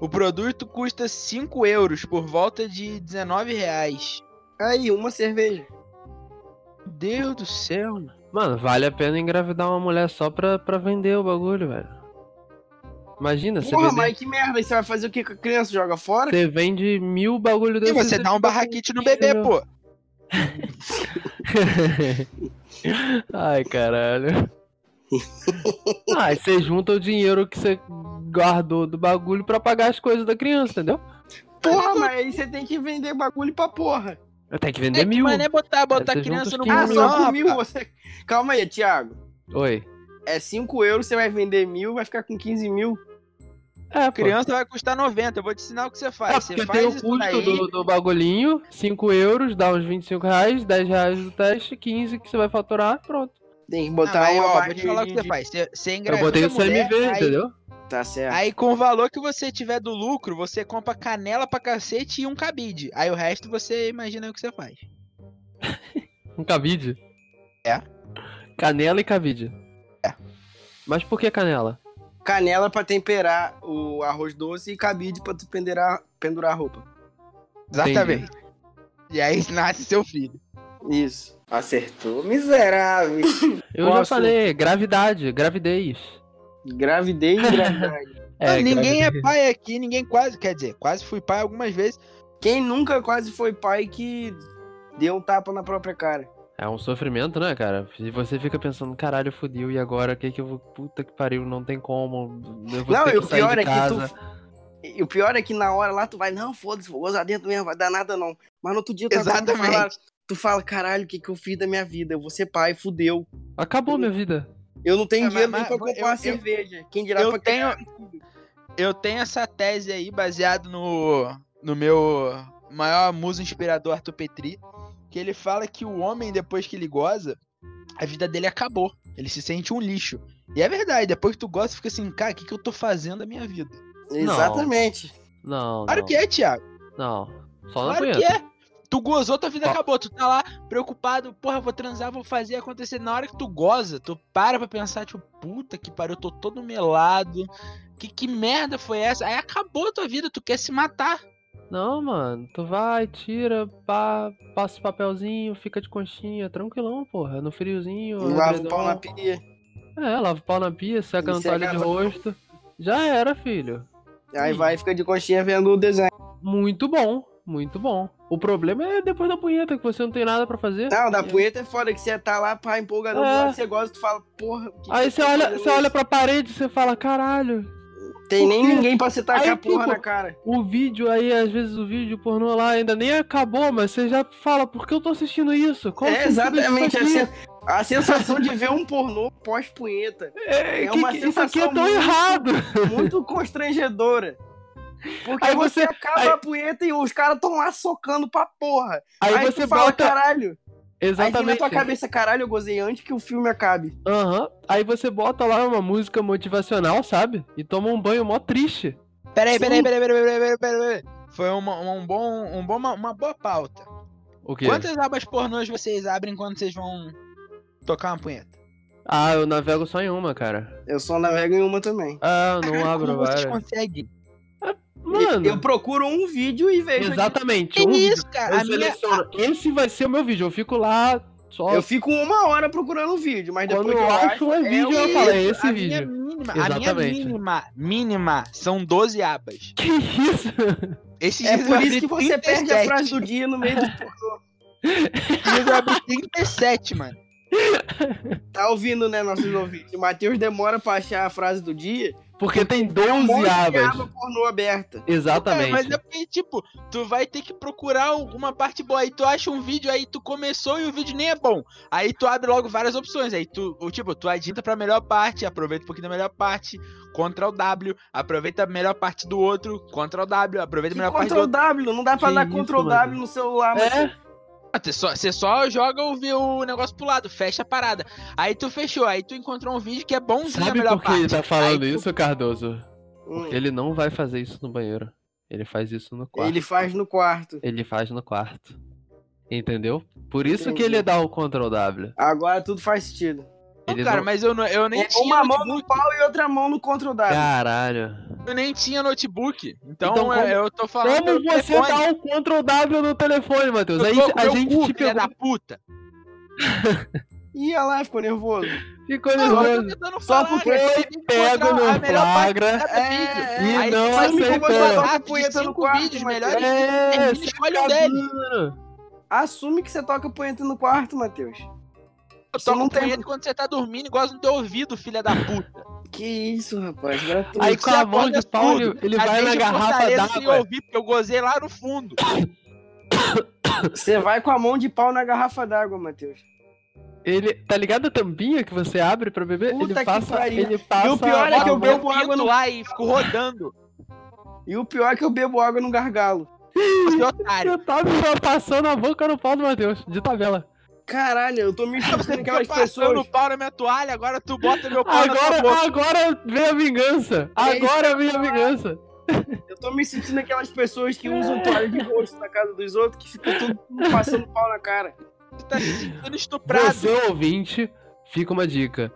S2: O produto custa 5 euros, por volta de 19 reais.
S1: Aí, uma cerveja.
S2: Meu Deus do céu.
S3: Mano, vale a pena engravidar uma mulher só pra, pra vender o bagulho, velho. Imagina, você
S1: Porra,
S3: vende,
S1: mas que merda. E você vai fazer o que com a criança? Joga fora?
S3: você vende mil bagulho
S2: E
S3: desse.
S2: você dá um barraquite no bebê, pô.
S3: [laughs] Ai, [laughs] caralho. ah, aí você junta o dinheiro que você guardou do bagulho pra pagar as coisas da criança, entendeu?
S1: Porra, mas aí você tem que vender bagulho pra porra.
S3: Tem que vender
S2: É que,
S3: mil.
S2: mano, é botar, botar
S3: Você
S2: a criança
S3: junta
S2: no
S3: os
S1: Ah,
S3: quinze né?
S2: busão,
S1: só com mil
S2: rapaz.
S1: você. [laughs] Calma aí, Thiago.
S3: Oi.
S1: É 5 euros, você vai vender mil, vai ficar com 15 mil.
S3: É, pô.
S2: Criança vai custar 90, eu vou te ensinar o que você faz.
S3: É,
S2: você
S3: porque
S2: faz
S3: tem o
S2: isso
S3: custo
S2: daí,
S3: do, do bagulhinho, 5 euros, dá uns 25 reais, 10 reais do teste, 15 que você vai faturar, pronto.
S1: Tem que
S2: Ah,
S1: botar
S2: mas,
S1: uma
S2: ó,
S1: barra
S2: vou te
S1: de-
S2: falar o que
S1: de-
S2: você faz. Você, você
S3: Eu
S2: engravida
S3: botei o né?
S2: a mulher,
S3: CMV,
S2: aí-
S3: entendeu?
S1: Tá certo.
S2: Aí com o valor que você tiver do lucro, você compra canela pra cacete e um cabide. Aí o resto você imagina o que você faz.
S3: Um cabide?
S2: É.
S3: Canela e cabide.
S2: É.
S3: Mas por que canela?
S1: Canela pra temperar o arroz doce e cabide pra tu pendurar, pendurar a roupa.
S2: Exatamente. E aí [laughs] nasce seu filho.
S1: Isso. Acertou, miserável.
S3: Eu
S1: Qual
S3: já
S1: assunto?
S3: falei, gravidade, gravidez.
S1: [laughs] Gravidez e gravidade.
S2: Mano, ninguém é pai aqui, ninguém quase. Quer dizer, quase fui pai algumas vezes.
S1: Quem nunca quase foi pai que deu um tapa na própria cara?
S3: É um sofrimento, né, cara? E você fica pensando, caralho, fudeu, e agora o que que eu vou. Puta que pariu, não tem como. Eu vou
S1: Não,
S3: ter
S1: e
S3: que
S1: o
S3: sair
S1: pior
S3: de
S1: é que tu.
S3: casa.
S1: E o pior é que na hora lá tu vai, não, foda-se, vou gozar dentro mesmo, vai dar nada não. Mas no outro dia tu acorda, tu Então, fala,
S2: Exatamente.
S1: tu fala, caralho, o que, que eu fiz da minha vida? Eu vou ser pai, fudeu.
S3: Acabou minha vida.
S1: Eu não tenho
S2: É, mas-
S1: dinheiro
S2: mas
S1: nem pra
S2: eu-
S1: comprar uma
S2: eu-
S1: cerveja. Quem dirá pra
S2: Eu tenho,
S1: criar?
S2: eu tenho essa tese aí baseado no, no meu maior muso inspirador, Arthur Petri, que ele fala que o homem, depois que ele goza, a vida dele acabou. Ele se sente um lixo. E é verdade, depois que tu goza, fica assim, cara, o que, que eu tô fazendo da minha vida?
S1: Exatamente.
S3: Não.
S2: Claro
S3: não,
S2: que é, Thiago.
S3: Não. Só não
S2: Claro
S3: conheço.
S2: que é. Tu gozou, tua vida
S3: Ó.
S2: acabou. Tu tá lá preocupado, porra, vou transar, vou fazer acontecer. Na hora que tu goza, tu para pra pensar, tipo, puta que pariu, eu tô todo melado. Que, que merda foi essa? Aí acabou tua vida, tu quer se matar.
S3: Não, mano. Tu vai, tira, pá, passa o papelzinho, fica de conchinha, tranquilão, porra. No friozinho.
S1: Lava o
S3: edredom.
S1: pau na pia.
S3: É, lava o pau na pia, seca
S1: E
S3: no toalha
S1: seca
S3: de
S1: a-
S3: rosto. Já era, filho.
S1: Aí
S2: Sim.
S1: vai e fica de conchinha vendo o desenho.
S3: Muito bom, muito bom. O problema é depois da punheta, que você não tem nada pra fazer.
S1: Não, da
S3: E-
S1: punheta é foda que você tá lá, pá, empolgadão,
S3: É.
S1: na hora que você gosta, tu fala, porra, que
S3: Aí
S1: que
S3: você
S1: eu tô
S3: olha,
S1: fazendo
S3: você olha
S1: isso?
S3: pra parede e você fala, caralho,
S1: Tem nem
S3: Por quê?
S1: ninguém pra se tacar
S3: Aí,
S1: a porra
S3: tipo,
S1: na cara.
S3: o vídeo aí, às vezes o vídeo pornô lá ainda nem acabou, mas você já fala, por que eu tô assistindo isso? Qual o
S1: É
S3: sentido disso
S1: exatamente a,
S3: aqui?
S1: sen- a sensação de ver um pornô pós-punheta.
S3: É,
S1: é
S3: que-
S1: uma
S3: que- Isso aqui é tão
S1: sensação muito-
S3: errado.
S1: muito constrangedora. Porque
S3: Aí
S1: você
S3: você-
S1: acaba
S3: aí-
S1: a punheta e os caras tão lá socando pra porra.
S3: Aí,
S1: tu
S3: você
S1: fala,
S3: bota.
S1: caralho. Aí vem na
S3: Exatamente.
S1: tua cabeça, caralho, eu gozei antes que o filme acabe.
S3: Aham. Aí você bota lá uma música motivacional, sabe? E toma um banho mó triste.
S2: Peraí,
S1: Sim.
S2: peraí, peraí, peraí, peraí, peraí, peraí. peraí. Foi uma, uma- um bom, um bom, uma, uma boa pauta.
S3: O quê?
S2: Quantas abas pornôs vocês abrem quando vocês vão tocar uma punheta?
S3: Ah, eu navego só em uma, cara.
S1: Eu só navego em uma também.
S3: Ah, eu não
S2: Caralho,
S3: abro
S2: como vocês
S3: várias.
S2: conseguem?
S3: Mano.
S1: Eu procuro um vídeo e vejo. aqui.
S3: Exatamente.
S2: Que
S3: um vídeo.
S2: isso, cara?
S3: Eu
S2: A minha,
S3: seleciono. Esse vai ser o meu vídeo. Eu fico lá só.
S1: Eu fico uma hora procurando um vídeo, mas
S3: quando
S1: depois
S3: eu
S1: que eu
S3: acho um vídeo, eu
S1: o-
S3: falo, é esse
S2: a minha
S3: vídeo. [laughs]
S2: mínima, a minha
S3: Exatamente.
S2: mínima, mínima são 12 abas.
S3: Que isso?
S2: Esses
S1: É
S2: dias eu
S1: por
S2: abri
S1: isso que você perde a
S2: 37.
S1: frase do dia no meio do [laughs] pornô.
S2: Esses dias eu abri 37, mano.
S1: Tá ouvindo, né, nossos ouvintes? O Matheus demora pra achar a frase do dia.
S3: Porque tem 12
S1: Um monte de
S3: abas.
S1: aba pornô aberta.
S3: Exatamente.
S2: Cara, mas é porque, tipo, tu vai ter que procurar alguma parte boa. Aí tu acha um vídeo, aí tu começou e o vídeo nem é bom. Aí tu abre logo várias opções. Aí tu, ou, tipo, tu adianta pra melhor parte, aproveita um pouquinho da melhor parte, contra o W, aproveita a melhor parte do outro, contra o W, aproveita a
S1: Que
S2: melhor parte do
S1: Ctrl
S2: outro.
S1: W, não dá pra
S3: Que
S1: dar
S3: isso,
S1: Ctrl W
S3: mano.
S1: no celular, mas
S3: É?
S2: Ah, Você só, você só joga o, vi- o negócio pro lado, fecha a parada. Aí tu fechou, aí tu encontrou um vídeo que é bonzinho a
S3: Sabe
S2: melhor
S3: por que ele
S2: parte.
S3: tá falando
S2: Aí tu-
S3: isso, Cardoso?
S1: Hum,
S3: Ele não vai fazer isso no banheiro. Ele faz isso no quarto. né?
S1: ele faz no quarto.
S3: Ele faz no quarto. Entendeu? Por isso que
S1: Entendi.
S3: ele dá o Ctrl W.
S1: Agora tudo faz sentido.
S2: Não,
S3: Ele
S2: cara,
S3: não-
S2: mas eu, não- eu nem
S1: É
S2: tinha
S1: uma mão no
S2: notebook,
S1: pau e outra mão no Ctrl W.
S3: Caralho.
S2: eu nem tinha notebook. Então,
S3: Então,
S2: é-
S3: como-
S2: eu tô falando
S3: Como
S2: pelo
S3: você
S2: telefone.
S3: dá o Ctrl W no telefone, Matheus?
S2: Eu
S3: Aí
S2: tô com
S3: a
S2: meu
S3: gente
S2: cu,
S3: te
S2: filha
S3: pegou.
S2: da
S3: [laughs]
S2: puta.
S1: Ih, olha lá, ficou nervoso.
S3: Ficou
S2: Não, eu
S3: nervoso.
S2: tô tentando
S1: Só
S2: falar,
S1: porque
S2: cara,
S3: eu
S2: você tem que
S3: pego
S2: encontrar a
S3: no
S2: melhor parte
S3: flagra.
S2: de
S3: [laughs]
S2: cada vídeo.
S1: É,
S3: E
S2: Aí
S3: não
S2: você
S1: me
S3: aceitando.
S1: convocou pra tocar
S2: Quatro de
S1: punheta no
S2: cinco
S1: quarto,
S2: vídeos
S1: Matheus.
S2: melhores.
S3: É,
S2: Termina,
S3: você
S2: escolhe
S3: tá
S2: um dele.
S3: dando.
S1: Assume que você toca punheta no quarto, Matheus. Você
S2: Toca
S1: não
S2: um
S1: tem-
S2: punheta quando você tá dormindo e gosta no teu ouvido, filha da puta.
S1: Que isso, rapaz. gratuito.
S3: Aí com a
S2: Você
S3: mão
S2: acorda
S3: de pau, ele,
S2: tudo.
S3: ele
S2: Às
S3: vai
S2: vezes
S3: na
S2: eu
S3: garrafa
S2: fortaleço sem
S3: d'água. Tá
S2: ouvir, porque eu gozei lá no fundo.
S1: Você vai com a mão de pau na garrafa d'água, Matheus.
S3: Ele, tá ligado a tampinha que você abre pra beber?
S1: Puta que
S3: ele passa,
S1: pariu.
S3: ele passa.
S1: E o pior é que eu
S3: a-
S1: bebo
S2: pinto
S1: água no...
S2: lá e fico rodando,
S1: E o pior é que eu bebo água no gargalo.
S2: seu
S1: [laughs]
S2: otário.
S3: Você tá me passando a boca no pau do Matheus, de tabela.
S1: Caralho, eu tô me
S2: Você
S1: chocando com
S3: [laughs]
S2: fica
S3: Tá
S1: aquelas
S2: passando
S1: pessoas.
S2: o pau na minha toalha, agora tu bota meu pau na tua
S3: Agora,
S2: boca.
S3: agora vem a vingança.
S1: É
S3: Agora vem a vingança.
S1: Eu tô me sentindo aquelas pessoas que usam toalha de rosto na casa dos outros, que ficam tudo passando pau na cara.
S2: Tu tá se sentindo estuprado.
S3: Pra seu ouvinte, fica uma dica.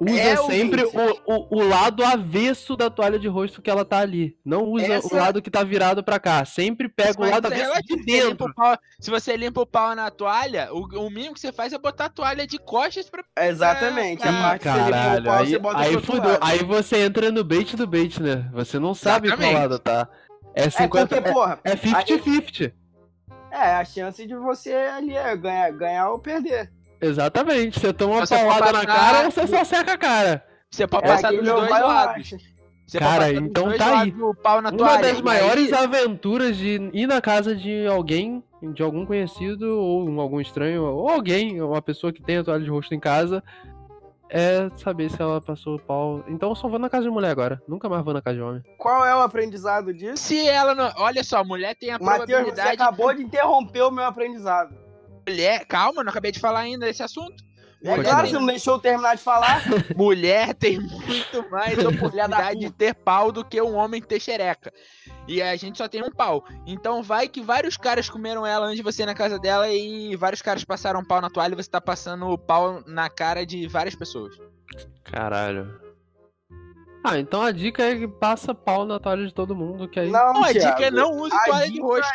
S3: Usa
S1: É,
S3: sempre o,
S1: ouvinte.
S3: o, o lado avesso da toalha de rosto que ela tá ali. Não usa
S1: Essa- é
S3: o lado que tá virado pra cá. Sempre pega o
S2: Mas
S3: lado
S2: isso é
S3: avesso
S2: relativo,
S3: de
S2: você limpa
S3: tá dentro.
S2: o pau- se você limpa o pau na toalha, o, o mínimo que você faz é botar a toalha de costas pra.
S1: Exatamente, a
S2: Ih,
S1: parte que você limpa o pau, você
S3: aí,
S1: bota
S3: aí
S1: pro outro
S3: fudeu.
S1: lado. É
S3: Aí você entra no bait do bait, né? Você não sabe qual
S2: Exatamente.
S3: lado tá. É
S1: É
S3: 50.
S1: porque,
S3: É
S1: porra,
S3: é 50-50.
S1: É, a chance de você ali é ganhar, ganhar ou perder.
S3: Exatamente. Você toma uma
S2: Você
S3: paulada na
S2: pode matar-
S3: cara ou você só seca a cara.
S2: Você pode
S1: É
S2: passar
S1: aquele
S2: dos
S1: ou
S2: dois
S1: vai ou
S2: lados.
S1: racha.
S2: Você
S3: Cara,
S2: pode passar dos
S3: então
S2: dois
S3: tá aí.
S2: lados, o pau na tua
S3: Uma
S2: área.
S3: das
S2: E
S3: maiores
S2: aí-
S3: aventuras de ir na casa de alguém, de algum conhecido, ou um- algum estranho, ou alguém, uma pessoa que tem a toalha de rosto em casa, é saber se ela passou o pau. Então eu só vou na casa de mulher agora. Nunca mais vou na casa de homem.
S1: Qual é o aprendizado disso?
S2: Se ela não. Olha só, mulher tem a
S1: Matheus, você
S2: probabilidade. é
S1: acabou de interromper o meu aprendizado.
S2: Mulher... Calma, não acabei de falar ainda esse assunto.
S1: É
S2: Continua.
S1: claro, você não deixou eu terminar de falar.
S2: Mulher tem
S1: [laughs]
S2: muito mais oportunidade de ter pau do que um homem ter xereca. E a gente só tem um pau. Então vai que vários caras comeram ela antes de você ir na casa dela e vários caras passaram pau na toalha e você tá passando o pau na cara de várias pessoas.
S3: Caralho. Ah, então a dica é que passa pau na toalha de todo mundo, que aí.
S1: Não,
S2: [laughs] Não, a
S1: Thiago.
S2: dica é não use
S1: A
S2: toalha de
S1: dica é
S2: rosto.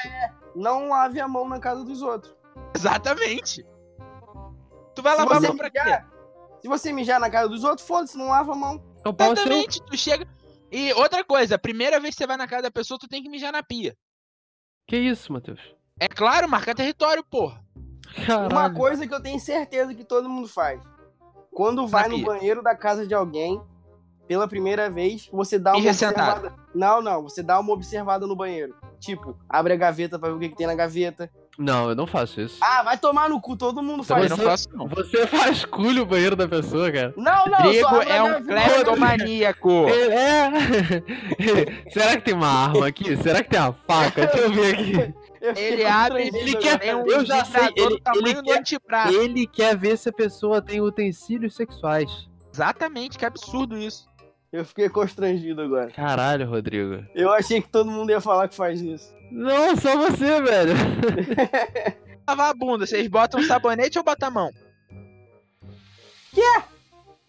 S1: Não lave a mão na casa dos outros.
S2: Exatamente. Tu vai
S1: Se
S2: lavar a
S1: você
S2: mão pra quê?
S1: mijar- Se você mijar na casa dos outros, foda-se, não lava a mão.
S3: O pau é seu.
S2: Exatamente, tu chega. E outra coisa, a primeira vez que você vai na casa da pessoa, tu tem que mijar na pia.
S3: Que isso, Matheus?
S2: É claro, marcar território, porra.
S3: Caralho.
S1: Uma coisa que eu tenho certeza que todo mundo faz. Quando vai no
S2: pia.
S1: banheiro da casa de alguém, pela primeira vez, você dá uma
S2: Mija
S1: observada.
S2: sentado.
S1: Não, não, você dá uma observada no banheiro. Tipo, abre a gaveta pra ver o que, que tem na gaveta.
S3: Não, eu não faço isso.
S1: Ah, vai tomar no cu, todo mundo
S2: Também
S1: faz.
S2: não
S1: Não,
S3: Você-
S2: faço, não.
S3: Você [laughs] faz culho o banheiro da pessoa, cara.
S1: não, eu só
S2: Rodrigo
S1: abro a
S2: é um
S1: gaveta. [laughs]
S2: cleptomaníaco.
S3: Ele é. [laughs] Será que tem uma arma aqui? Será que tem uma faca? Deixa eu ver aqui.
S1: [laughs] Eu fiquei
S2: Ele
S3: é um
S2: abre
S1: constrangido
S3: ele
S1: agora.
S3: quer-
S2: é um
S3: eu já sei,
S2: vibrador
S3: ele-
S2: do tamanho
S3: ele
S2: do
S3: quer-
S2: antebraço.
S3: Ele quer ver se a pessoa tem utensílios sexuais.
S2: Exatamente, que absurdo isso.
S1: Eu fiquei constrangido agora.
S3: Caralho, Rodrigo.
S1: Eu achei que todo mundo ia falar que faz isso.
S3: Não, só você, velho.
S2: Lavar a bunda, vocês botam sabonete ou botam a mão?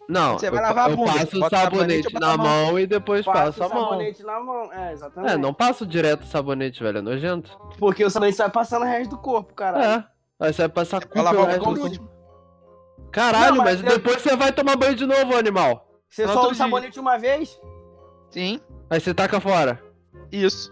S3: Não,
S2: Você
S3: eu,
S2: vai lavar a
S3: eu
S2: bunda,
S3: passo o
S2: bota o sabonete,
S3: sabonete
S2: bota
S3: na
S2: a
S3: mão.
S2: mão.
S3: e depois passo
S1: Passa
S3: a
S1: o
S3: mão.
S1: sabonete na mão. É, exatamente.
S3: É, não passo direto o sabonete, velho. É nojento.
S1: Porque o sabonete vai passar no resto do corpo, cara.
S3: É. Aí você vai passar cu
S2: Vai lavar
S3: pelo
S2: o
S3: resto
S2: cu
S3: do
S2: por
S3: corpo. Caralho,
S1: Não, mas
S3: mas,
S1: eu-
S3: depois você vai tomar banho de novo, animal.
S1: Você
S2: Não,
S1: solta
S2: todo
S1: o
S2: dia.
S1: sabonete uma vez?
S2: Sim,
S3: Aí você taca fora.
S2: isso.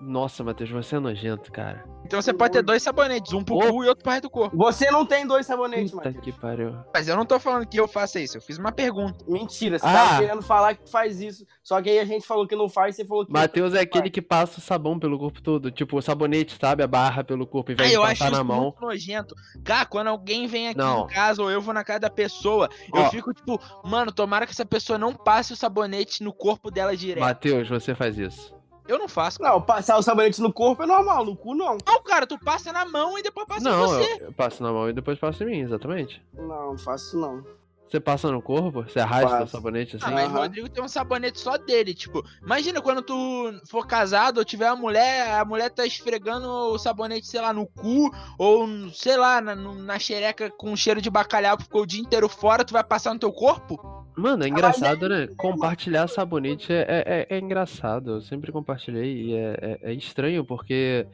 S3: Nossa, Matheus, você é nojento, cara.
S2: Então você pode ter dois sabonetes, um pro
S3: Ô.
S2: cu e outro pro resto do corpo.
S1: Você não tem dois sabonetes,
S3: Puta
S1: mano.
S3: que pariu.
S2: Mas eu não tô falando que eu faça isso, eu fiz uma pergunta.
S1: Mentira, você
S3: Ah.
S1: tava querendo falar que faz isso. Só que aí a gente falou que não faz, você falou que.
S3: Matheus é aquele que passa o sabão pelo corpo todo. Tipo, o sabonete, sabe? A barra pelo corpo, em
S2: Ah,
S3: vez
S2: eu
S3: de
S2: acho
S3: passar na
S2: isso
S3: mão.
S2: muito nojento. Cara, quando alguém vem aqui em
S3: Não.
S2: casa ou eu vou na casa da pessoa,
S3: Ó.
S2: eu fico tipo, mano, tomara que essa pessoa não passe o sabonete no corpo dela direto.
S3: Matheus, você faz isso.
S2: Eu não faço.
S1: Não, passar o sabonete no corpo é normal, no cu não.
S2: Não, cara, tu passa na mão e depois passa em
S3: não,
S2: você.
S3: eu, eu passo na mão e depois passo em mim, exatamente.
S1: Não, não faço isso não.
S3: Você passa no corpo, você arrasta
S1: Passo.
S3: o sabonete assim.
S2: Ah, mas o
S1: Aham.
S2: Rodrigo tem um sabonete só dele, tipo. Imagina quando tu for casado ou tiver uma mulher, a mulher tá esfregando o sabonete, sei lá, no cu, ou sei lá, na, no- na xereca com cheiro de bacalhau, que ficou o dia inteiro fora, tu vai passar no teu corpo?
S3: Mano, é engraçado, né? Compartilhar sabonete é, é- é- é engraçado. Eu sempre compartilhei e é, é- é estranho porque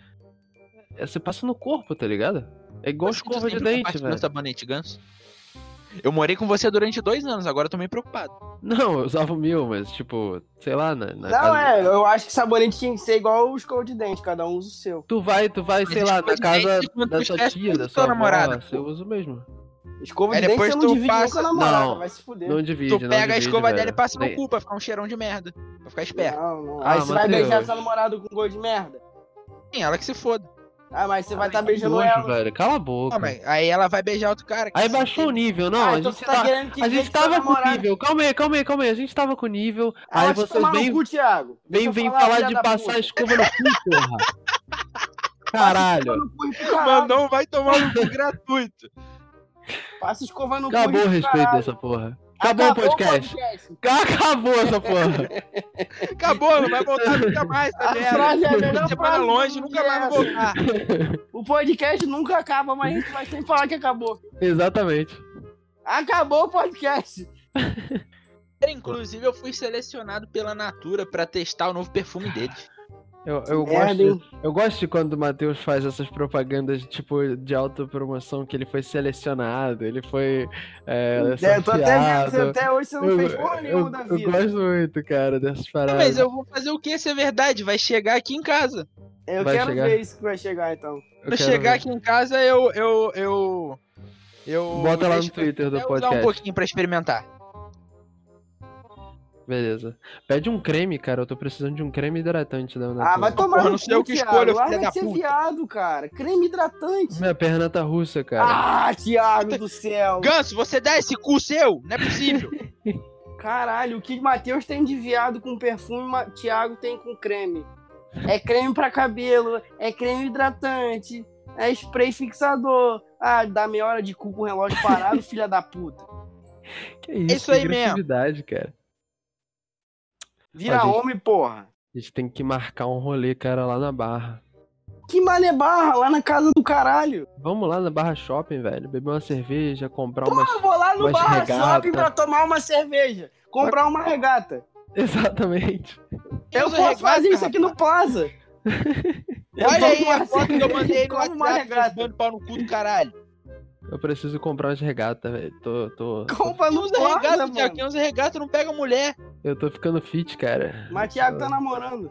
S3: é, você passa no corpo, tá ligado? É igual
S2: Mas Assim, tu
S3: escova de
S2: sempre
S3: dente,
S2: compartilhou
S3: velho.
S2: sabonete, Ganso? Eu morei com você durante dois anos, agora eu tô meio preocupado.
S3: Não, eu usava o meu, mas tipo, sei lá, na,
S1: não,
S3: na casa-
S1: é, eu acho que sabonete tinha que ser igual o escova de dente, cada um usa o seu.
S3: Tu vai, tu vai, sei
S2: Mas
S3: lá, na
S2: depois
S3: casa
S2: desse, quando tu
S3: da sua
S2: esquece,
S3: tia,
S2: tu
S3: da
S2: usa
S3: sua
S2: tua
S3: namorada.
S2: namorada,
S3: Você usa o mesmo.
S1: Escova
S2: Aí
S1: de dente
S2: É, depois
S1: você não
S2: tu
S1: divide
S2: passa-
S1: nunca na namorada,
S3: Não.
S1: vai se fuder.
S3: Não divide,
S2: tu
S3: não
S2: pega a
S3: divide,
S2: escova
S3: velho.
S2: dela e passa no
S3: Nem-
S2: cu pra ficar um cheirão de merda. Pra ficar esperto.
S1: Não, não.
S3: Ah,
S1: Aí você vai
S3: Matheus.
S1: beijar sua namorada com gosto de merda?
S2: Sim, ela que se foda.
S1: Ah, mas você vai
S2: Ah,
S1: estar tá
S2: que
S1: beijando
S3: Nojo,
S1: ela.
S3: é velho. Cala a boca.
S2: Ah, mas aí ela vai beijar outro cara. que
S3: Aí
S2: se
S3: baixou o
S2: fudeu.
S3: nível, não.
S1: ah,
S3: a
S1: então
S3: gente
S1: você
S3: tá-
S1: tá querendo que
S3: A
S1: dizer
S3: gente
S1: que sua
S3: tava com
S1: namorada-
S3: nível, calma aí, calma aí, calma aí. A gente tava com nível.
S1: Ah,
S3: aí
S1: vai
S3: vocês
S1: tomar no
S3: vêm
S1: cu, Thiago. Deixa
S3: Vem,
S1: eu
S3: vem
S1: falar,
S3: falar
S1: filha
S3: de
S1: da
S3: passar a
S1: puta.
S3: escova no cu, porra. Caralho.
S1: Caralho,
S2: Mandão vai tomar no cu gratuito.
S1: Passa escova no cu.
S3: Acabou o
S1: de
S3: respeito
S1: caralho.
S3: dessa porra. Acabou o podcast.
S1: podcast.
S3: [laughs] Acabou essa porra.
S2: Acabou, não vai voltar nunca mais,
S1: A
S2: tá
S1: frase é a melhor
S2: Você para
S1: frase do
S2: longe, nunca mais vai
S1: universo.
S2: voltar.
S1: O podcast nunca acaba, mas a gente vai sempre falar que acabou.
S3: Exatamente.
S1: Acabou o podcast.
S2: Inclusive, eu fui selecionado pela Natura pra testar o novo perfume deles.
S3: Eu, eu
S1: Merda, hein?
S3: gosto, eu gosto de quando o Matheus faz essas propagandas tipo de autopromoção que ele foi selecionado, ele foi. É,
S1: É, eu tô até vendo,
S3: sorteado.
S1: você até hoje você não
S3: eu,
S1: fez porra nenhuma
S3: eu-
S1: da
S3: eu
S1: vida.
S3: gosto muito, cara, dessas paradas.
S2: Mas eu vou fazer o que? Isso é verdade, vai chegar aqui em casa.
S1: Eu
S3: Vai
S1: quero
S3: chegar?
S1: ver isso que vai chegar, então.
S3: Eu
S2: Quando
S3: quero
S2: chegar
S3: ver.
S2: aqui em casa, eu. eu, eu, eu
S3: Bota lá no
S2: deixo-
S3: Twitter do
S2: eu vou dar um
S3: podcast.
S2: pouquinho pra experimentar.
S3: Beleza. Pede um creme, cara. Eu tô precisando de um creme hidratante da
S1: Ah, vai tomar
S2: Porra,
S1: no
S2: não sei o
S1: cu,
S2: que
S1: Thiago.
S2: escolho,
S1: Larga
S2: filha da
S1: de ser
S2: puta.
S1: viado, cara. Creme hidratante.
S3: Minha perna tá russa, cara.
S1: Ah, Thiago do céu.
S2: Ganso, você dá esse cu seu? Não é possível.
S1: Caralho, o que Matheus tem de viado com perfume, Ma- Thiago tem com creme. É creme pra cabelo, é creme hidratante, é spray fixador. Ah, dá meia hora de cu com o relógio
S2: [laughs]
S1: parado, filha da puta.
S3: que isso,
S2: isso aí
S3: que
S2: mesmo.
S3: agressividade, cara.
S1: Vira
S3: Ó, gente.
S1: homem, porra.
S3: A gente tem que marcar um rolê, cara, lá na Barra.
S1: Que manebarra lá na casa do caralho.
S3: Vamos lá na Barra Shopping, velho. Beber uma cerveja, comprar umas. [laughs]
S1: Eu vou lá no
S3: Mas
S1: bar
S3: regata.
S1: shopping pra tomar uma cerveja, comprar uma regata.
S3: Exatamente.
S1: Eu
S2: uso
S1: posso
S2: regata,
S1: fazer isso aqui no
S2: rapaz. [laughs]
S1: Plaza. Eu
S2: Olha
S1: tomo
S2: aí
S1: uma
S2: a foto que eu
S1: cerveja
S2: mandei
S1: e
S2: no
S1: como uma
S2: WhatsApp
S1: regata.
S2: dando pau no cu do caralho.
S3: Eu preciso comprar umas regatas, velho. Tô, tô,
S1: Compra
S2: Quem
S1: no
S2: usa
S1: Plaza,
S2: é regata, Tiago?
S1: mano.
S2: Quem usa regata não pega mulher.
S3: Eu tô ficando fit, cara.
S1: Mas Thiago tá namorando.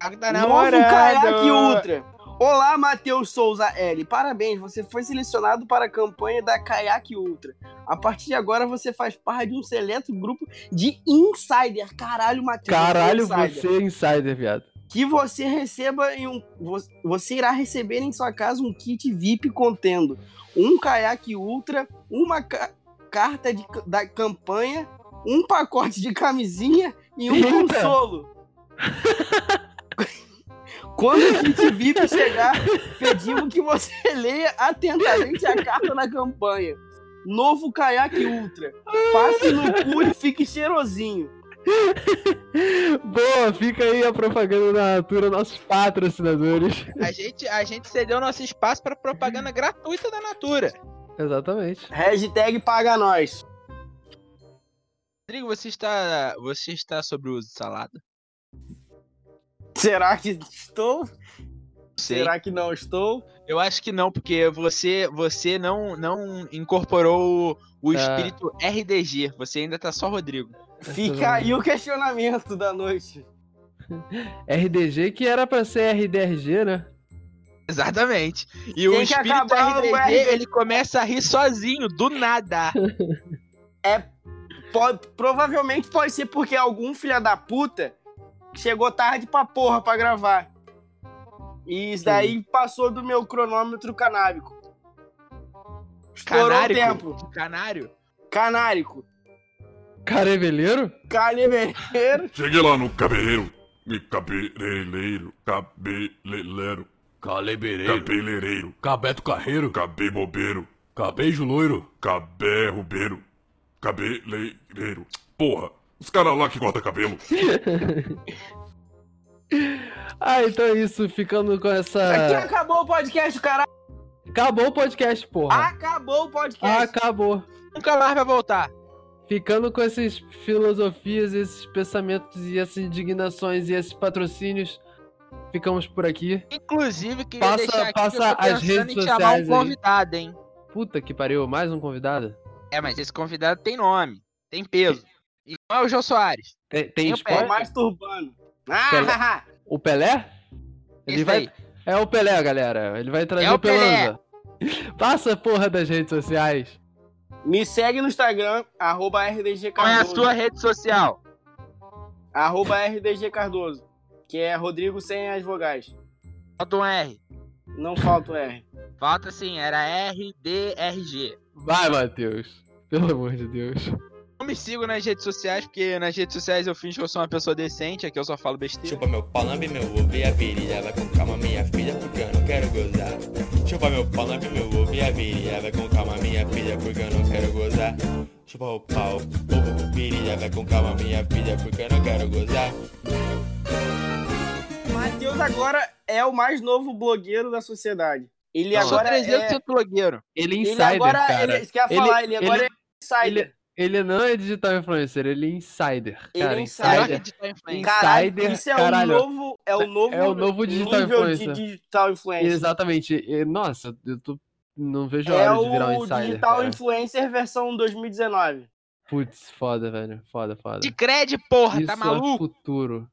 S2: Tiago tá
S1: Novo um caiaque
S2: namorando.
S1: Ultra. Olá, Matheus Souza L. Parabéns, você foi selecionado para a campanha da Caiaque Ultra. A partir de agora, você faz parte de um seleto grupo de insider. Caralho, Matheus.
S3: Caralho,
S1: insider.
S3: você é insider, viado.
S1: Que você receba em um. vo- Você irá receber em sua casa um kit VIP contendo um caiaque ultra, uma ca- carta de ca- da campanha, um pacote de camisinha e um
S3: Eita!
S1: consolo. Quando o kit VIP chegar, pedimos que você leia atentamente a carta da campanha. Novo caiaque ultra. Passe no cu e fique cheirosinho.
S3: Boa, fica aí a propaganda da Natura, nossos patrocinadores.
S2: A gente, a gente cedeu nosso espaço pra propaganda gratuita da Natura.
S3: Exatamente.
S1: Hashtag paga nós.
S2: Rodrigo, você está, você está sobre o uso de salada?
S1: Será que estou?
S2: Sei.
S1: Será que não estou?
S2: Eu acho que não, porque você, você não, não incorporou
S1: Ah.
S2: o, o
S3: É.
S2: espírito RDG. Você ainda tá só Rodrigo. [laughs]
S1: Fica aí o questionamento da noite.
S3: RDG, que era pra ser RDRG, né?
S2: Exatamente. E
S1: que
S2: o espírito
S1: acabar o
S2: RDG,
S1: RDG.
S2: ele começa a rir sozinho, do nada.
S1: Pode- provavelmente pode ser porque algum filha da puta chegou tarde pra porra pra gravar. E isso daí passou do meu cronômetro canábico. Estourou o
S2: Canário.
S1: tempo.
S2: Canário.
S1: Canárico.
S3: é Careveleiro?
S1: Calimeiro.
S9: Cheguei lá no cabeleireiro, e cabeleireiro, cabeleireiro,
S8: Calebeireiro.
S9: cabeleireiro,
S8: Cabeto Carreiro.
S9: cabebobeiro,
S8: Cabejo Loiro.
S9: caberrubeiro, cabeleireiro. Porra, os caras lá que corta cabelo.
S3: Ah, então é isso. Ficando com
S1: Aqui
S3: essa.
S1: acabou o podcast, caralho.
S3: Acabou o podcast,
S1: Ah,
S3: porra.
S1: Acabou o podcast.
S3: Acabou.
S2: Nunca mais vai voltar.
S3: Ficando com essas filosofias, esses pensamentos e essas indignações e esses patrocínios, ficamos por aqui.
S2: Inclusive, queria
S3: Passa-
S2: deixar aqui que
S3: passa
S2: eu tô
S3: as
S2: pensando
S3: redes
S2: em chamar um
S3: sociais aí.
S2: convidado, hein?
S3: Puta que pariu, mais um convidado?
S2: É, mas esse convidado tem nome, tem peso. E não é o Jô Soares.
S3: Tem, tem
S2: Eu
S1: É
S3: spoiler?
S2: pego.
S1: masturbando. Ah, [laughs]
S3: O Pelé? Ele
S2: Esse
S3: vai-
S2: aí.
S3: É o Pelé, galera. Ele vai trazer
S2: É o
S3: o Pelanza. [laughs] Passa a porra das redes sociais.
S1: me segue no Instagram, arroba RDG
S2: Qual é a
S1: Cardoso.
S2: sua rede social?
S1: Arroba RDG Cardoso. Que é Rodrigo sem as vogais.
S2: Falta um R.
S1: Não falta o R.
S2: Falta sim, era RDRG.
S3: Vai, Matheus. Pelo amor de Deus.
S2: Não me sigam nas redes sociais, porque nas redes sociais eu finjo que eu sou uma pessoa decente, aqui eu só falo
S3: Tipo,
S2: besteira.
S4: Chupa meu pau, lambe meu ovo e a virilha Vai com calma, minha filha, porque eu não quero gozar Chupa meu pau, lambe meu ovo e a virilha Vai com calma, minha filha, porque eu não quero gozar Chupa o pau, ovo, virilha Vai com calma, minha filha, porque eu não quero gozar
S1: Matheus agora é o mais novo blogueiro da sociedade. Ele
S2: Eu sou
S1: agora é...
S2: 300 blogueiro.
S3: Ele é
S1: Ele
S3: insider,
S1: agora...
S3: cara.
S1: Ele, isso que eu ia falar, ele, agora
S3: ele-
S1: é insider.
S3: ele- ele não é digital influencer, ele é insider.
S1: Ele é
S3: cara,
S1: insider.
S2: Será que
S1: Insider.
S2: digital influencer?
S1: Caralho,
S3: insider,
S1: isso é
S3: caralho.
S1: o novo... É o novo,
S3: É o novo digital
S1: nível
S3: influencer.
S1: de digital influencer.
S3: Exatamente. E, Nossa, eu tô... não vejo a
S1: É
S3: hora de virar um
S1: o
S3: insider.
S1: digital
S3: cara.
S1: influencer versão 2019.
S3: Putz, foda, velho. Foda, foda.
S2: De crédito, porra,
S3: Isso
S2: tá
S3: é o
S2: maluco?
S3: futuro.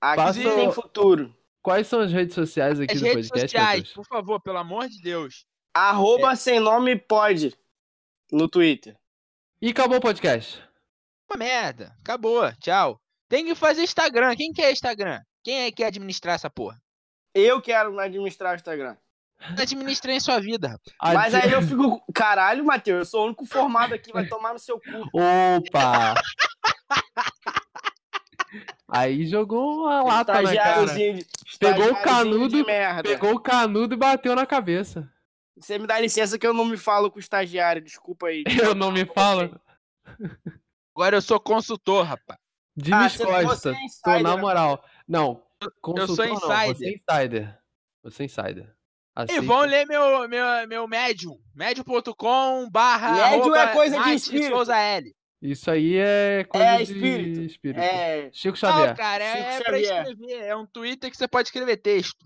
S1: Aqui
S3: Passa o-
S1: tem futuro.
S3: Quais são as redes sociais aqui
S2: As
S3: do
S2: redes
S3: podcast?
S2: sociais,
S3: Matheus?
S2: por favor, pelo amor de Deus.
S3: É.
S1: Arroba sem nome pode. No Twitter.
S3: E acabou o podcast.
S2: Uma merda. Acabou. Tchau. Tem que fazer Instagram. Quem quer Instagram? Quem é que quer administrar essa porra?
S1: Eu quero administrar o Instagram.
S2: Administra em sua vida, rapaz.
S1: Mas
S3: Adi-
S1: aí eu fico. Caralho, Matheus, eu sou o único formado aqui, vai tomar no seu cu.
S3: Opa! Aí jogou uma lata na tá, né, cara.
S1: Estagiáriozinho de-
S3: Pegou o
S1: estagiáriozinho
S3: canudo
S1: de
S3: e-
S1: merda.
S3: Pegou o canudo e bateu na
S2: [laughs]
S3: cabeça.
S1: Você me dá licença que eu não me falo com o estagiário, desculpa aí.
S3: [laughs] Eu não me falo.
S2: Agora eu sou consultor, rapaz.
S3: Dimas
S1: você- você
S3: Costa.
S1: é
S3: Tô
S1: insider,
S3: na
S1: né?
S3: moral. Não, consultor não,
S2: insider.
S3: Você é insider. Você é insider.
S2: E
S3: Aceita.
S2: vão ler meu, meu, meu médium. Médium.com barra.
S1: Médium é
S2: arroba
S1: coisa de
S2: Márcio
S1: espírito.
S2: Souza L.
S3: Isso aí é coisa
S1: É,
S3: de
S1: espírito.
S3: espírito.
S1: É.
S3: Chico
S2: Não,
S3: Xavier.
S2: cara,
S1: Chico
S2: é, pra
S1: Xavier.
S2: escrever. É um Twitter que você pode
S1: [laughs]
S2: escrever texto.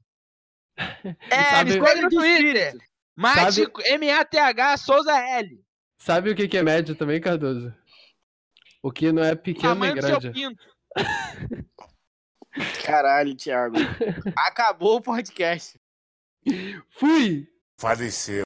S1: É,
S3: sabe-
S1: me
S2: Escreve
S1: escolhe
S2: no
S1: de
S2: Twitter.
S1: espírito.
S2: Mate M-A-T-H Souza L.
S3: Sabe o que que é médio também, Cardoso? O que não é pequeno e
S2: Tamanho do seu
S3: grande.
S2: pinto.
S1: Caralho,
S3: [laughs]
S1: Thiago. Acabou o podcast.
S3: Fui!
S9: Faleceu.